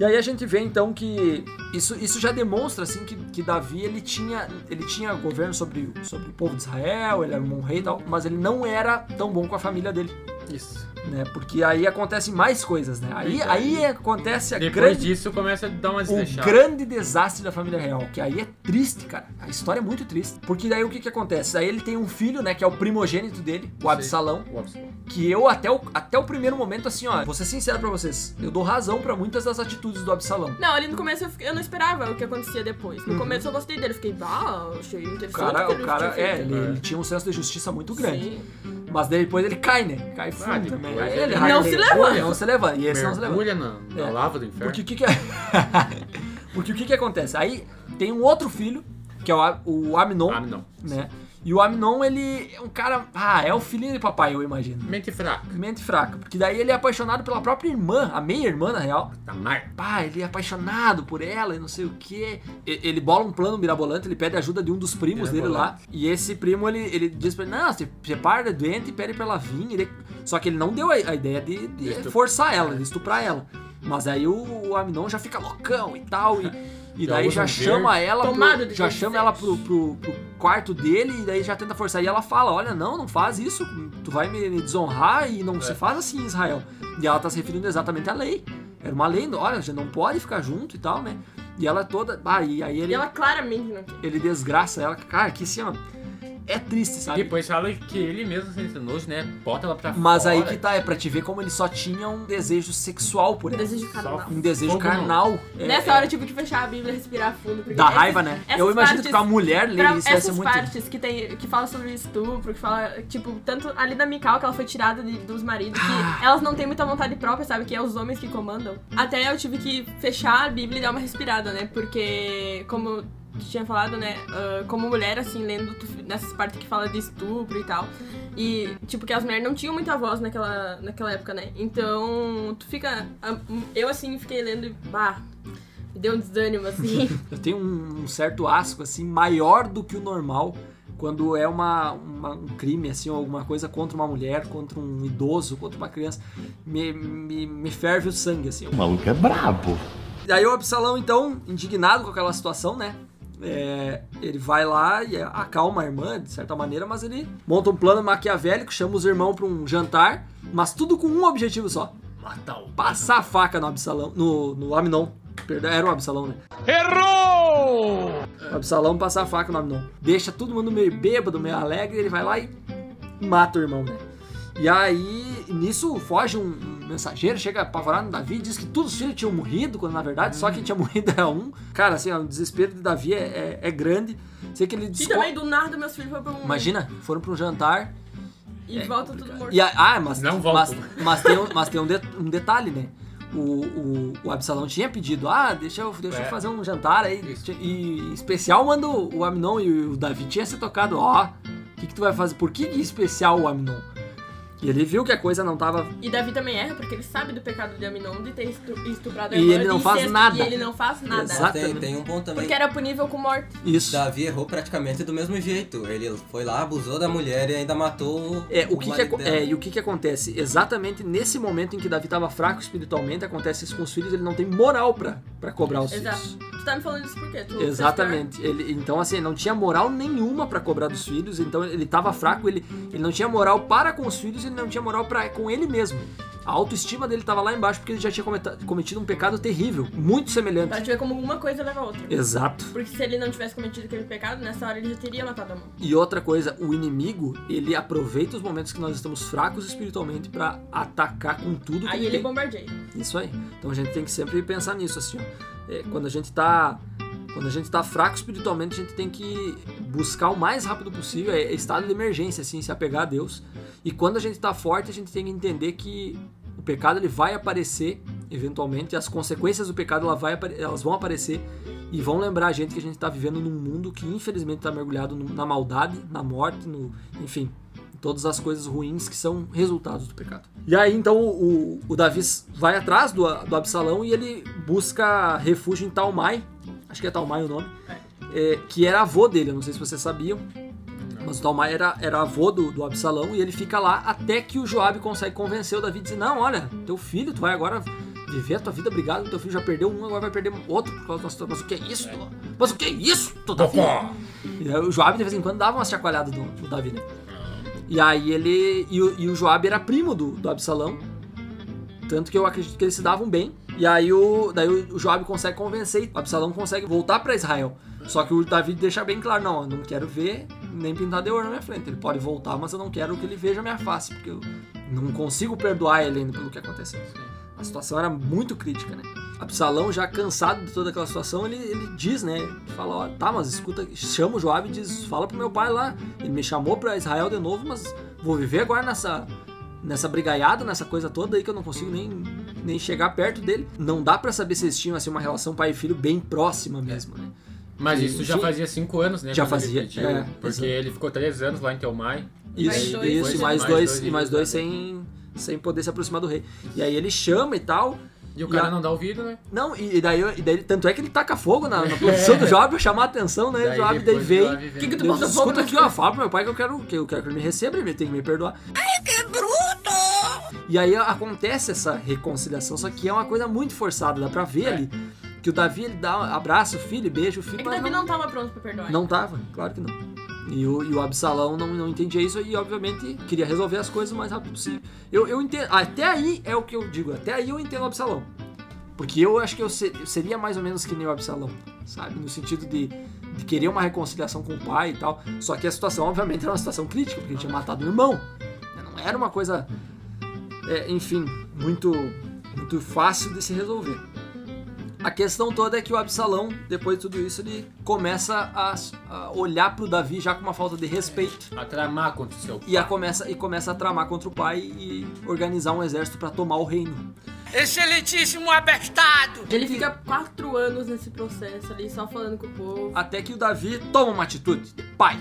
E aí a gente vê então que isso, isso já demonstra assim que, que Davi ele tinha ele tinha governo sobre, o- sobre o povo de Israel, ele era um bom rei e tal, mas ele não era tão bom com a família dele
Isso.
né? Porque aí acontecem mais coisas, né? Aí,
Verdade.
aí acontece a
Depois
é grande,
disso começa a dar umas
o
deixadas.
grande desastre da família real, que aí é triste, cara. A história é muito triste. Porque daí o que que acontece? Daí ele tem um filho, né, que é o primogênito dele, o Absalão, que eu até o, até o primeiro momento assim, ó, vou ser sincero pra vocês, eu dou razão pra muitas das atitudes do Absalão.
Não, ali no começo eu, fiquei- eu não esperava o que acontecia depois. No começo eu gostei dele, eu fiquei, bah, achei
O
interessante.
Uhum. cara,
que ele
o cara,
tinha
é,
feito." assim.
ele,
né?
ele tinha um senso de justiça muito grande.
Sim.
Mas daí depois ele cai, né? Cai fundo
Ah, depois
também. Aí
ele- é
ele
Não se
mergulha,
levanta.
Não se levanta. E esse não se levanta.
Mergulha na, na
né, É.
lava do inferno.
Porque o que que Porque o que que acontece? Aí tem um outro filho, que é o, A- o Amnon,
Ah, não.
né? E o Amnon, ele é um cara... Ah, é o filhinho de papai, eu imagino.
Mente fraca.
Mente fraca. Porque daí ele é apaixonado pela própria irmã, a meia-irmã, na real.
Tamar.
Pá, ele é apaixonado por ela e não sei o quê. E- Ele bola um plano mirabolante, ele pede ajuda de um dos primos dele lá. E esse primo, ele, ele diz pra ele, não, você você para de doente e pede pra ela vir. Ele- Só que ele não deu a, a ideia de, de
estupro.
forçar ela,
É.
de estuprar ela. Mas aí o, o Aminon já fica loucão e tal, e... E
Já
daí
usa
já
um
chama ela,
Tomado
pro,
de
já chama ela pro, pro- pro quarto dele e daí já tenta forçar. E ela fala, olha, não, não faz isso, tu vai me, me desonrar e não
É.
se faz assim, Israel. E ela tá se referindo exatamente à lei. Era uma lei, olha, já não pode ficar junto e tal, né? E ela toda... Ah, e aí ele,
E ela claramente não quer.
ele desgraça ela. Cara, que assim, ó, é triste, sabe?
Depois fala que ele mesmo se ensinou, né? Bota ela pra
Mas
fora.
aí que tá, é pra te ver como ele só tinha um desejo sexual por ela.
Desejo carnal.
Um desejo
Fogo não.
carnal. É,
Nessa
é,
hora eu tive que fechar a Bíblia e respirar fundo. porque
Da
essas-
raiva, né?
essas
Eu imagino que
partes-
pra mulher
Pra
ler isso deve
essas
ser muito...
partes que, tem, que fala sobre estupro, que fala, tipo, tanto ali da Mikal, que ela foi tirada de- dos maridos,
Ah.
que elas não têm muita vontade própria, sabe? Que é os homens que comandam. Até eu tive que fechar a Bíblia e dar uma respirada, né? Porque, como tu tinha falado, né? ah, como mulher, assim, lendo tu- nessas partes que fala de estupro e tal. E, tipo, que as mulheres não tinham muita voz naquela, naquela época, né? Então, tu fica. ah, Eu, assim, fiquei lendo e. Bah, me deu um desânimo, assim.
Eu tenho um, um certo asco, assim, maior do que o normal quando é uma, uma- um crime, assim, ou alguma coisa contra uma mulher, contra um idoso, contra uma criança. Me, me, me ferve o sangue, assim.
O maluco é brabo.
E aí o Absalão, então, indignado com aquela situação, né? É, ele vai lá e acalma a irmã, de certa maneira, mas ele monta um plano maquiavélico, chama os irmãos pra um jantar, mas tudo com um objetivo só. Matar o... Passar a faca no Absalão, no, no Aminon. Perdão, era o Absalão, né? Errou! O Absalão passa a faca no Aminon. Deixa todo mundo meio bêbado, meio alegre, ele vai lá e mata o irmão, né? E aí, nisso, foge um um mensageiro, chega apavorado no Davi, diz que todos os filhos tinham morrido, quando na verdade só quem tinha morrido era um. Cara, assim, ó, o desespero de Davi é, é- é grande. Sei que ele
e
desco-
também, do nada, meus filhos foram pra um.
Imagina, foram pra um jantar.
E volta tudo morto.
É E a- ah, mas,
Não voltam.
mas, mas tem, um, mas tem um, de- um detalhe, né? O, o, o Absalão tinha pedido, ah, deixa eu, deixa eu
É.
fazer um jantar aí.
Isso.
E em especial quando o Aminon e o Davi tinham se tocado, ó, o que, que tu vai fazer? Por que que em especial o Aminon? E ele viu que a coisa não tava
E Davi também erra porque ele sabe do pecado de Aminon de ter estu- estuprado a
E
irmã
ele
de
não faz
incesto,
nada.
E ele não faz nada.
Exato.
Tem, tem um bom também.
Porque era punível com morte.
Isso.
Davi errou praticamente do mesmo jeito. Ele foi lá, abusou da mulher e ainda matou
É, o que que
marido
aco-
dela.
é, e o que que acontece? Exatamente nesse momento em que Davi estava fraco espiritualmente, acontece isso com os filhos, ele não tem moral pra, pra cobrar os
Exato.
filhos.
Tu tá me falando isso por quê?
né?
Tu-
Exatamente. Ele, então, assim, não tinha moral nenhuma pra cobrar dos filhos, então ele estava fraco, ele, ele não tinha moral para com os filhos, ele não tinha moral para com ele mesmo. A autoestima dele tava lá embaixo porque ele já tinha cometa- cometido um pecado terrível, muito
Pra
semelhante.
te ver como uma coisa leva a outra.
Exato.
Porque se ele não tivesse cometido aquele pecado, nessa hora ele já teria matado a mão.
E outra coisa, o inimigo, ele aproveita os momentos que nós estamos fracos espiritualmente pra atacar com tudo que
Aí
ele
ele
tem.
bombardeia.
Isso aí. Então a gente tem que sempre pensar nisso, assim, ó. É, quando a gente tá. Quando a gente tá fraco espiritualmente, a gente tem que buscar o mais rápido possível, é é estado de emergência, assim, se apegar a Deus. E quando a gente tá forte, a gente tem que entender que o pecado ele vai aparecer eventualmente, as consequências do pecado ela vai, apare- elas vão aparecer e vão lembrar a gente que a gente tá vivendo num mundo que infelizmente tá mergulhado no- na maldade, na morte, no, enfim, todas as coisas ruins que são resultados do pecado. E aí então o, o Davi vai atrás do, do Absalão e ele busca refúgio em Talmai, acho que é Talmai o nome, é, que era avô dele, eu não sei se vocês sabiam. Mas o Talmai era, era avô do, do Absalão e ele fica lá até que o Joab consegue convencer o Davi e dizer: Não, olha, teu filho, tu vai agora viver a tua vida, obrigado, teu filho já perdeu um, agora vai perder outro por causa da situação. Mas o que é isso? tu- Mas o que é isso, tu Davi? E aí o Joab de vez em quando dava umas chacoalhadas no, no Davi, né? E aí ele. E o, e o Joab era primo do, do Absalão. Tanto que eu acredito que eles se davam bem. E aí o, daí o o Joab consegue convencer, e o Absalão consegue voltar pra Israel. Só que o Davi deixa bem claro: não, eu não quero ver nem pintar de ouro na minha frente. Ele pode voltar, mas eu não quero que ele veja a minha face, porque eu não consigo perdoar ele ainda pelo que aconteceu. A situação era muito crítica, né? Absalão, já cansado de toda aquela situação, ele, ele diz, né? Ele Fala, ó, tá, mas escuta, chama o Joab e diz, fala pro meu pai lá. Ele me chamou pra Israel de novo, mas vou viver agora nessa, nessa brigaiada, nessa coisa toda aí que eu não consigo nem, nem chegar perto dele. Não dá pra saber se eles tinham assim, uma relação pai e filho bem próxima mesmo, né?
Mas
E-
isso já
sim.
fazia cinco anos, né?
Já
quando ele
fazia,
pediu,
é,
porque
exato.
ele ficou três anos lá em Telmai.
Isso,
dois,
isso, e
né?
mais,
Mais
dois,
dois
e mais
de
dois
idade.
sem, sem poder se aproximar do rei. E aí ele chama e tal.
E o
E
cara
a-
não dá ouvido, né?
Não, e e daí, e daí- tanto é que ele taca fogo na, na produção do Job pra chamar a atenção, né? o Job daí
depois
vem.
o Joab vem.
Que que tu
Deus,
bota fogo
escuta
nas
aqui, ó, fala pro meu pai que eu quero que, eu quero que ele me receba, ele tem que me perdoar. Ai, que bruto! E aí acontece essa reconciliação, só que é uma coisa muito forçada, dá pra ver ali. Que o Davi ele dá um abraço, o filho, beijo, o
É
filho,
que
mas
Davi
não,
não tava pronto pra perdoar.
não tava, claro que não. E o, e o Absalão não, não entendia isso e, obviamente, queria resolver as coisas o mais rápido possível. Eu, eu entendo. Até aí é o que eu digo, até aí eu entendo o Absalão. Porque eu acho que eu se- eu seria mais ou menos que nem o Absalão, sabe? No sentido de, de querer uma reconciliação com o pai e tal. Só que a situação, obviamente, era uma situação crítica, porque ele tinha matado o irmão. Não era uma coisa, é, enfim, muito, muito fácil de se resolver. A questão toda é que o Absalão, depois de tudo isso, ele começa a, a olhar pro Davi já com uma falta de respeito
A tramar contra o seu
e, a começa, e começa a tramar contra o pai e organizar um exército para tomar o reino.
Ele fica quatro anos nesse processo ali, só falando com o povo.
Até que o Davi toma uma atitude. Pai,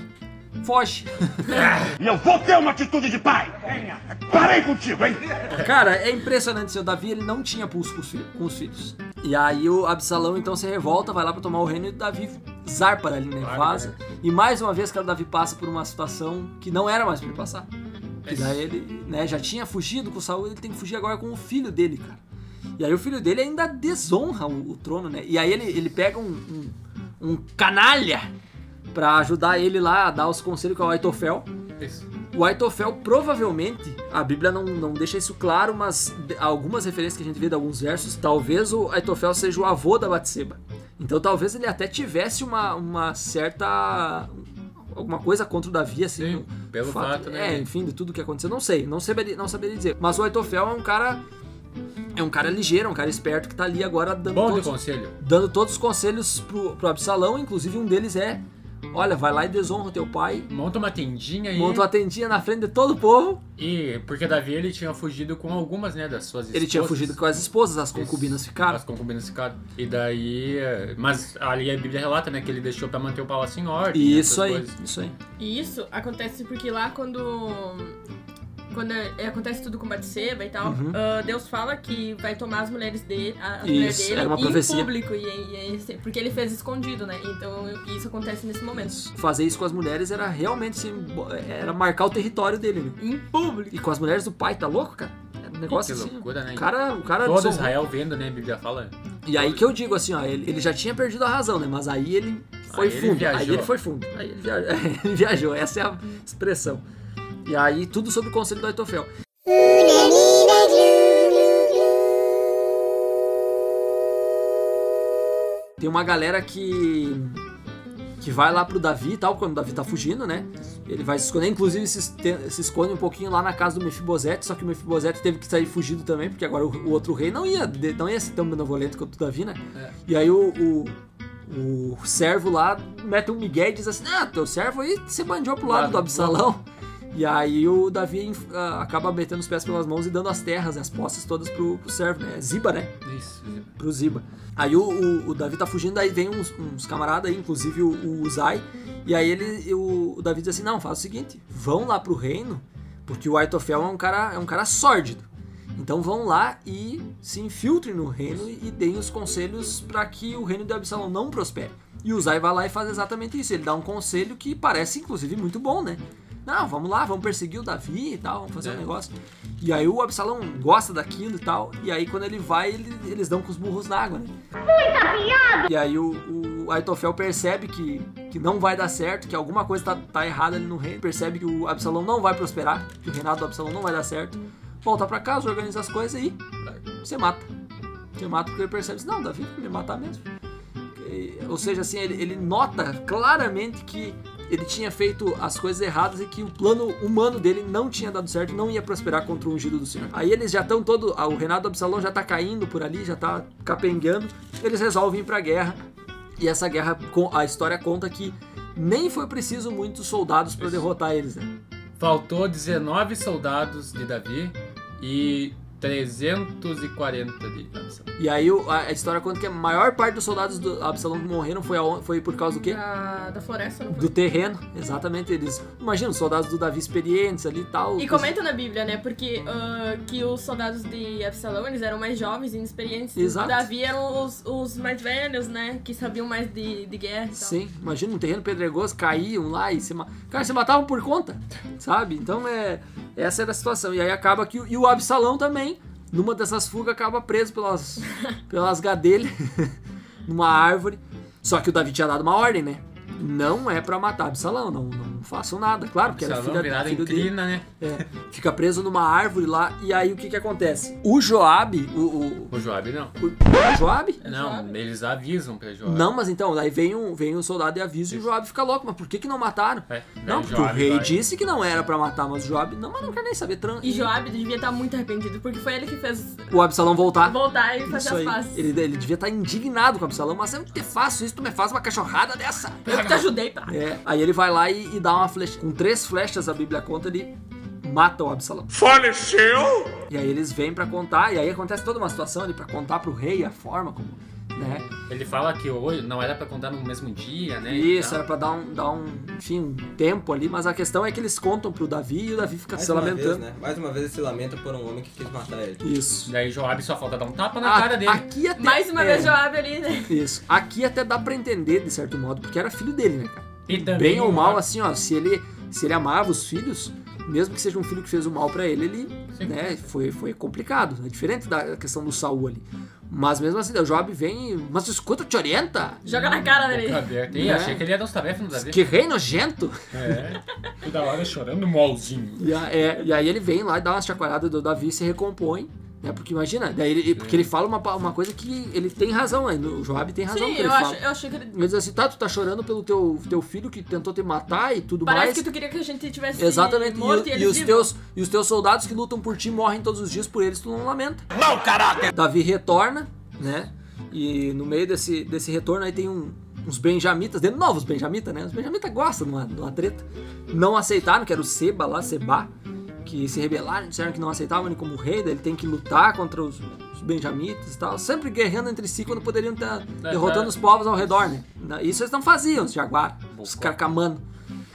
foge.
E eu vou ter uma atitude de pai! Parei contigo, hein?
Cara, é impressionante, seu Davi, ele não tinha pulso com os, filhos, com os filhos. E aí o Absalão então se revolta, vai lá pra tomar o reino e o Davi zarpa ali, né?
Claro,
Vaza. E mais uma vez, cara, o Davi passa por uma situação que não era mais pra ele passar. Que daí ele, né, já tinha fugido com Saul, ele tem que fugir agora com o filho dele, cara. E aí o filho dele ainda desonra o, o trono, né? E aí ele, ele pega um, um, um canalha pra ajudar ele lá a dar os conselhos com o Aitofel.
Isso.
O Aitofel provavelmente, a Bíblia não, não deixa isso claro, mas de- algumas referências que a gente vê de alguns versos, talvez o Aitofel seja o avô da Batseba. Então talvez ele até tivesse uma, uma certa. alguma coisa contra o Davi, assim.
Sim,
no-
pelo fato, né?
É, enfim, de tudo que aconteceu. Não sei, não saberia, não saberia dizer. Mas o Aitofel é um cara. É um cara ligeiro, é um cara esperto que tá ali agora dando
Bom de
todos-
conselho.
dando todos os conselhos pro, pro Absalão, inclusive um deles é: olha, vai lá e desonra o teu pai.
Monta uma tendinha aí.
Monta uma tendinha na frente de todo o povo.
E porque Davi ele tinha fugido com algumas, né, das suas
Ele tinha
esposas.
fugido com as esposas, as concubinas ficaram.
As concubinas ficaram. E daí. eh, Mas ali a Bíblia relata, né? Que ele deixou pra manter o palácio em ordem. né,
E
essas
isso aí,
coisas.
isso aí.
E isso acontece porque lá quando. Quando é, acontece tudo com Batseba e tal,
Uhum.
ah, Deus fala que vai tomar as mulheres dele, a, as mulheres
Isso,
dele
era uma
em
profecia.
público. E, e- e- porque ele fez escondido, né? Então isso acontece nesse momento.
Fazer isso com as mulheres era realmente assim, bo- era marcar o território dele, né?
Em público.
E com as mulheres do pai, tá louco, cara? Era um negócio
Que
assim.
loucura, né?
O cara, o cara
Todo
desonrou.
Israel vendo, né? A Bíblia fala.
E aí que eu digo assim, ó, ele, ele já tinha perdido a razão, né? Mas aí ele foi
Aí ele
fundo. aí
viajou.
ele foi fundo. Aí ele viajou, ele viajou, essa é a expressão. E aí tudo sobre o conselho do Aitofel.
Menina
Tem uma galera que. que vai lá pro Davi e tal, quando o Davi tá fugindo, né? Ele vai se esconder, inclusive se, este- se esconde um pouquinho lá na casa do Mefibosete, só que o Mefibosete teve que sair fugido também, porque agora o, o outro rei não ia, de- não ia ser tão benevolente quanto o Davi, né? E aí o, o, o servo lá mete um migué e diz assim, ah, teu servo aí se bandiou pro lado do Absalão. E aí o Davi enf- ah, acaba metendo os pés pelas mãos e dando as terras, né, as posses todas pro, pro servo, né? Ziba, né?
Isso.
pro Ziba. Aí o, o, o Davi tá fugindo, aí vem uns, uns camaradas aí, inclusive o, o Uzai, e aí ele, o, o Davi diz assim, não, faz o seguinte, vão lá pro reino, porque o Aitofel é um cara, é um cara sórdido. Então vão lá e se infiltrem no reino e deem os conselhos para que o reino de Absalão não prospere. E o Uzai vai lá e faz exatamente isso. Ele dá um conselho que parece, inclusive, muito bom, né? Não, vamos lá, vamos perseguir o Davi e tal, vamos fazer um negócio. E aí o Absalão gosta daquilo e tal. E aí quando ele vai, ele- eles dão com os burros na água, né? E aí o, o Aitofel percebe que, que não vai dar certo, que alguma coisa tá, tá errada ali no reino. Percebe que o Absalão não vai prosperar, que o reinado do Absalão não vai dar certo. Volta pra casa, organiza as coisas e você mata. Você mata porque ele percebe, assim, não, Davi vai me matar mesmo. E- ou seja, assim, ele, ele nota claramente que ele tinha feito as coisas erradas e que o plano humano dele não tinha dado certo, não ia prosperar contra o ungido do Senhor. Aí eles já estão todo, ah, o Renato Absalão já tá caindo por ali, já tá capengando. Eles resolvem ir pra guerra. E essa guerra, com- a história conta que nem foi preciso muitos soldados para derrotar eles, né?
Faltou 19 soldados de Davi e 340 de Absalão.
E aí o- a, a história conta que a maior parte dos soldados do Absalão que morreram foi, aon- foi por causa do quê?
Da, da floresta, não
Do
foi?
terreno, exatamente. Eles. Imagina, os soldados do Davi experientes ali e tal.
E comenta na Bíblia, né? Porque ah, que os soldados de Absalão, eles eram mais jovens, inexperientes. e
Exato.
Davi eram os, os mais velhos, né? Que sabiam mais de, de guerra e tal.
Sim, imagina um terreno pedregoso, caíam lá e se ma... Cara, se matavam por conta, sabe? Então é. Essa era a situação. E aí acaba que. o- E o Absalão também, numa dessas fugas, acaba preso pelas, pelas gadelhas, numa árvore. Só que o Davi tinha dado uma ordem, né? Não é pra matar Absalão, não, não façam nada, claro, porque era
Absalão
filha,
virada
filho dele.
inclina, né?
É, fica preso numa árvore lá, e aí o que que acontece? O Joabe, o, o,
O Joab não.
o, o Joabe?
É
não,
Joab?
eles avisam pra Joab.
Não, mas então, daí vem um, vem um soldado e avisa e o Joab fica louco, mas por que que não mataram?
É,
não,
daí
porque o
Joab
rei
vai.
disse que não era pra matar, mas o Joab, não, mas não quero nem saber, tran...
E Joab devia estar muito arrependido, porque foi ele que fez
o Absalão voltar.
voltar e fazer
Isso
as
aí.
pazes.
Ele, ele devia estar indignado com o Absalão, mas eu te faço isso, tu me faz uma cachorrada dessa.
Eu que te ajudei, tá?
É, aí ele vai lá e, e dá uma flecha. Com três flechas, a Bíblia conta, ele mata o Absalão.
Faleceu?
E aí eles vêm pra contar, e aí acontece toda uma situação ali pra contar pro rei a forma como, né?
Ele fala que hoje não era pra contar no mesmo dia, né? e
Isso,
tal.
era pra dar um, dar um, enfim, um tempo ali, mas a questão é que eles contam pro Davi e o Davi fica
Mais
se
uma
lamentando.
vez, né? Mais uma vez ele se lamenta por um homem que quis matar ele.
Isso.
Daí Joab só falta dar um tapa na
A-
cara dele.
Aqui até,
Mais uma
é,
vez Joab ali, né?
Isso. Aqui até dá pra entender, de certo modo, porque era filho dele, né, cara?
E também
Bem ou mal,
o-
assim, ó, se ele, se ele amava os filhos, mesmo que seja um filho que fez o mal pra ele, ele, né, foi, foi complicado. É diferente da questão do Saul ali. Mas mesmo assim, o Job vem e, mas tu escuta, te orienta?
Joga na cara dele.
Boca aberta. Ih,
Né?
achei que ele ia dar uns tarefas no Davi.
Que rei nojento!
É. Toda hora chorando molzinho.
E, a- é, e aí ele vem lá e dá uma chacoalhada do Davi e se recompõe. Né? Porque imagina, daí ele, porque ele fala uma, pa- uma coisa que ele tem razão, né? o Joab tem razão.
Sim,
que ele
eu,
fala.
acho, eu achei que ele...
Ele diz assim, tá, tu tá chorando pelo teu, teu filho que tentou te matar e tudo
Parece
mais.
que tu queria que a gente tivesse
Exatamente. E,
morto
o-
e,
e
eles
os
vivos.
teus, e os teus soldados que lutam por ti morrem todos os dias por eles, tu não lamenta. Não, caraca! É, Davi retorna, né? E no meio desse, desse retorno aí tem um- uns benjamitas, de novo os benjamitas, né? Os benjamitas gostam de uma, de uma treta. Não aceitaram, que era o Seba lá, Seba, que se rebelaram, disseram que não aceitavam ele como rei, daí ele tem que lutar contra os, os benjamitas e tal. Sempre guerreando entre si quando poderiam estar derrotando os povos ao redor, né? Na- Isso eles não faziam, os jaguar, os carcamano.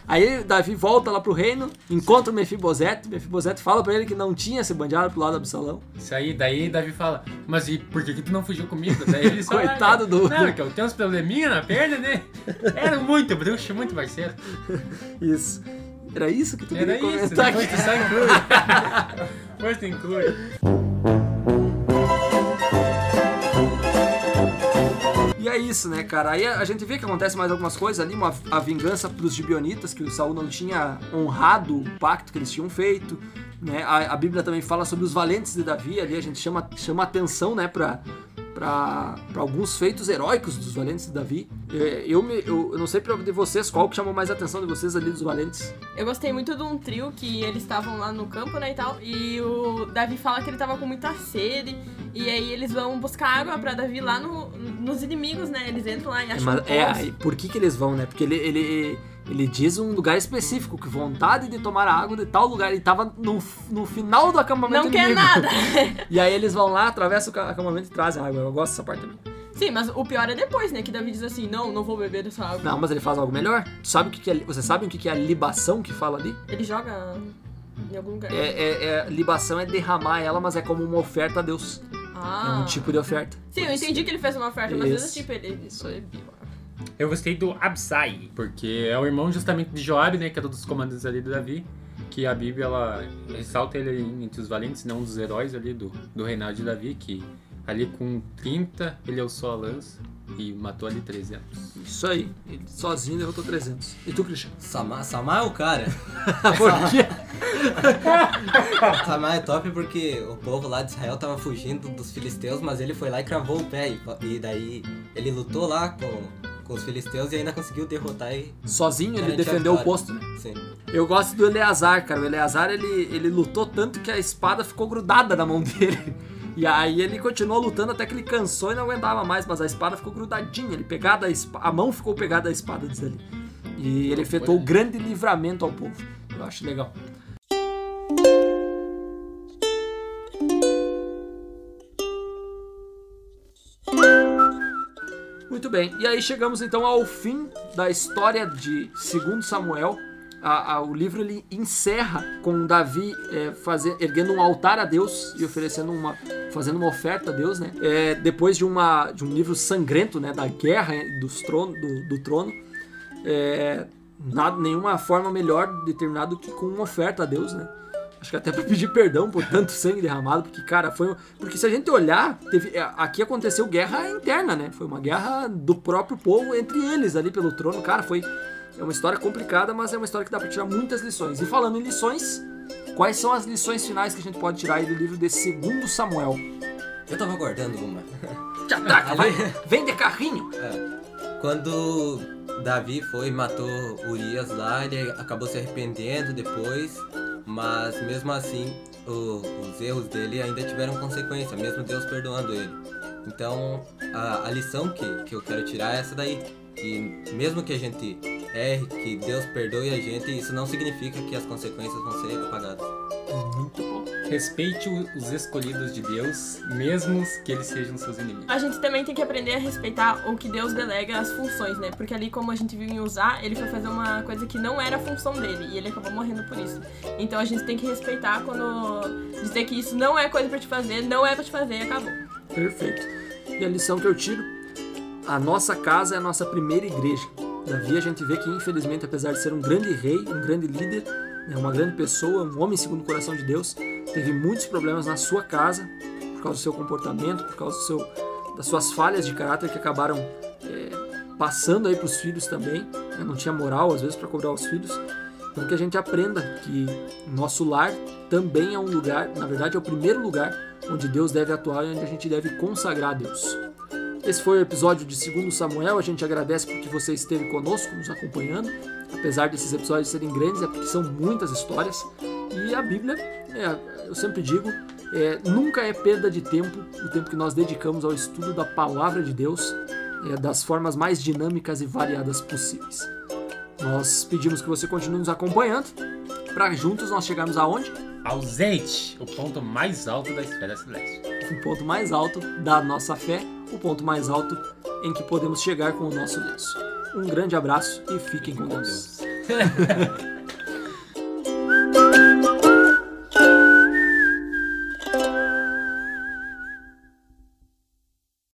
Aí Davi volta lá pro reino, encontra o Mefibosete, Mefibosete fala pra ele que não tinha se bandeado pro lado do Absalão.
Isso aí, daí Davi fala, mas e por que, que tu não fugiu comigo? Daí ele só.
Coitado do-
Não, é que eu tenho uns probleminha na perna, né? Era muito bruxo, muito parceiro.
Isso. Era isso que tu
Era
queria
isso,
comentar
né? depois tu
aqui.
só inclui. depois tu inclui.
E é isso, né, cara? Aí a a gente vê que acontece mais algumas coisas ali, uma, a vingança pros gibionitas, que o Saul não tinha honrado o pacto que eles tinham feito, né? A, a Bíblia também fala sobre os valentes de Davi, ali a gente chama, chama atenção, né, pra, pra para alguns feitos heróicos dos valentes de Davi. Eu, eu, me- eu- eu não sei pra de vocês qual que chamou mais a atenção de vocês ali dos valentes.
Eu gostei muito de um trio que eles estavam lá no campo, né, e tal. E o Davi fala que ele tava com muita sede. E aí eles vão buscar água pra Davi lá no- nos inimigos, né? Eles entram lá e acham
Mas, é,
povos.
aí, por que que eles vão, né? Porque ele, ele, ele diz um lugar específico, que vontade de tomar a água de tal lugar. Ele tava no, no final do acampamento
Não quer
é inimigo.
nada.
E aí eles vão lá, atravessam o ca- acampamento e trazem água. Eu gosto dessa parte também.
Sim, mas o pior é depois, né? Que Davi diz assim, não, não vou beber dessa água.
Não, mas ele faz algo melhor. Tu sabe o que, que é, você sabe o que, que é a libação que fala ali?
Ele joga em algum lugar.
É, é- é- libação é derramar ela, mas é como uma oferta a Deus. É
Ah.
um tipo de oferta.
Sim, eu entendi que ele fez uma oferta, mas às vezes,
Isso.
tipo, ele...
Isso aí.
bebeu.
Eu gostei do Absai.
Porque é o irmão justamente de Joab, né? Que era dos comandantes ali de Davi. Que a Bíblia, ela ressalta ele entre os valentes, não um dos heróis ali do, do reinado de Davi. Que ali com 30, ele alçou a lança e matou ali 300.
Isso aí. Ele sozinho derrotou 300. E tu, Christian?
Samar, Samar é o cara.
Por quê?
Samar é top porque o povo lá de Israel tava fugindo dos filisteus, mas ele foi lá e cravou o pé. E, e daí ele lutou lá com, com os filisteus e ainda conseguiu derrotar e.
Sozinho ele
Garantir a
defendeu o
vitória.
posto, né?
Sim.
Eu gosto do Eleazar, cara. O Eleazar, ele, ele lutou tanto que a espada ficou grudada na mão dele. E aí ele continuou lutando até que ele cansou e não aguentava mais, mas a espada ficou grudadinha. Ele pegada a espada, a mão ficou pegada à espada, diz ele. E ele efetuou um grande livramento ao povo. Eu acho legal. Muito bem, e aí chegamos então ao fim da história de 2 Samuel. A- a- o livro ele encerra com Davi é, fazer- erguendo um altar a Deus e oferecendo uma, fazendo uma oferta a Deus, né? É, depois de, uma, de um livro sangrento, né? Da guerra é, dos trono, do, do trono. É, nada, nenhuma forma melhor determinado que com uma oferta a Deus, né? Acho que até pra pedir perdão por tanto sangue derramado, porque, cara, foi. um- Porque se a gente olhar, teve- é, aqui aconteceu guerra interna, né? Foi uma guerra do próprio povo entre eles ali pelo trono. Cara, foi. É uma história complicada, mas é uma história que dá pra tirar muitas lições. E falando em lições, quais são as lições finais que a gente pode tirar aí do livro de segundo Samuel?
Eu tava guardando uma.
Tchatraca,
Ali-
vai! Vem de carrinho!
Quando Davi foi e matou Urias lá, ele acabou se arrependendo depois, mas mesmo assim o- os erros dele ainda tiveram consequência, mesmo Deus perdoando ele. Então a, a lição que, que eu quero tirar é essa daí, que mesmo que a gente erre, que Deus perdoe a gente, isso não significa que as consequências vão ser apagadas.
Respeite o- os escolhidos de Deus, mesmos que eles sejam seus inimigos.
A gente também tem que aprender a respeitar o que Deus delega as funções, né? Porque ali, como a gente viu em usar, ele foi fazer uma coisa que não era a função dele e ele acabou morrendo por isso. Então a gente tem que respeitar quando dizer que isso não é coisa pra te fazer, não é pra te fazer e acabou.
Perfeito. E a lição que eu tiro: a nossa casa é a nossa primeira igreja. Davi, a gente vê que, infelizmente, apesar de ser um grande rei, um grande líder, né, uma grande pessoa, um homem segundo o coração de Deus, teve muitos problemas na sua casa por causa do seu comportamento, por causa do seu, das suas falhas de caráter que acabaram é, passando aí para os filhos também. né, não tinha moral, às vezes, para cobrar os filhos. Então, que a gente aprenda que nosso lar também é um lugar, na verdade, é o primeiro lugar onde Deus deve atuar e onde a gente deve consagrar a Deus. Esse foi o episódio de 2 Samuel. A gente agradece porque você esteve conosco, nos acompanhando. Apesar desses episódios serem grandes, é porque são muitas histórias. E a Bíblia, é, eu sempre digo, é, nunca é perda de tempo o tempo que nós dedicamos ao estudo da palavra de Deus, é, das formas mais dinâmicas e variadas possíveis. Nós pedimos que você continue nos acompanhando, para juntos nós chegarmos aonde?
Ausente, o ponto mais alto da esfera celeste.
o ponto mais alto da nossa fé, o ponto mais alto em
é
que podemos chegar com o nosso Deus. Um grande abraço e fiquem com Deus.
Deus.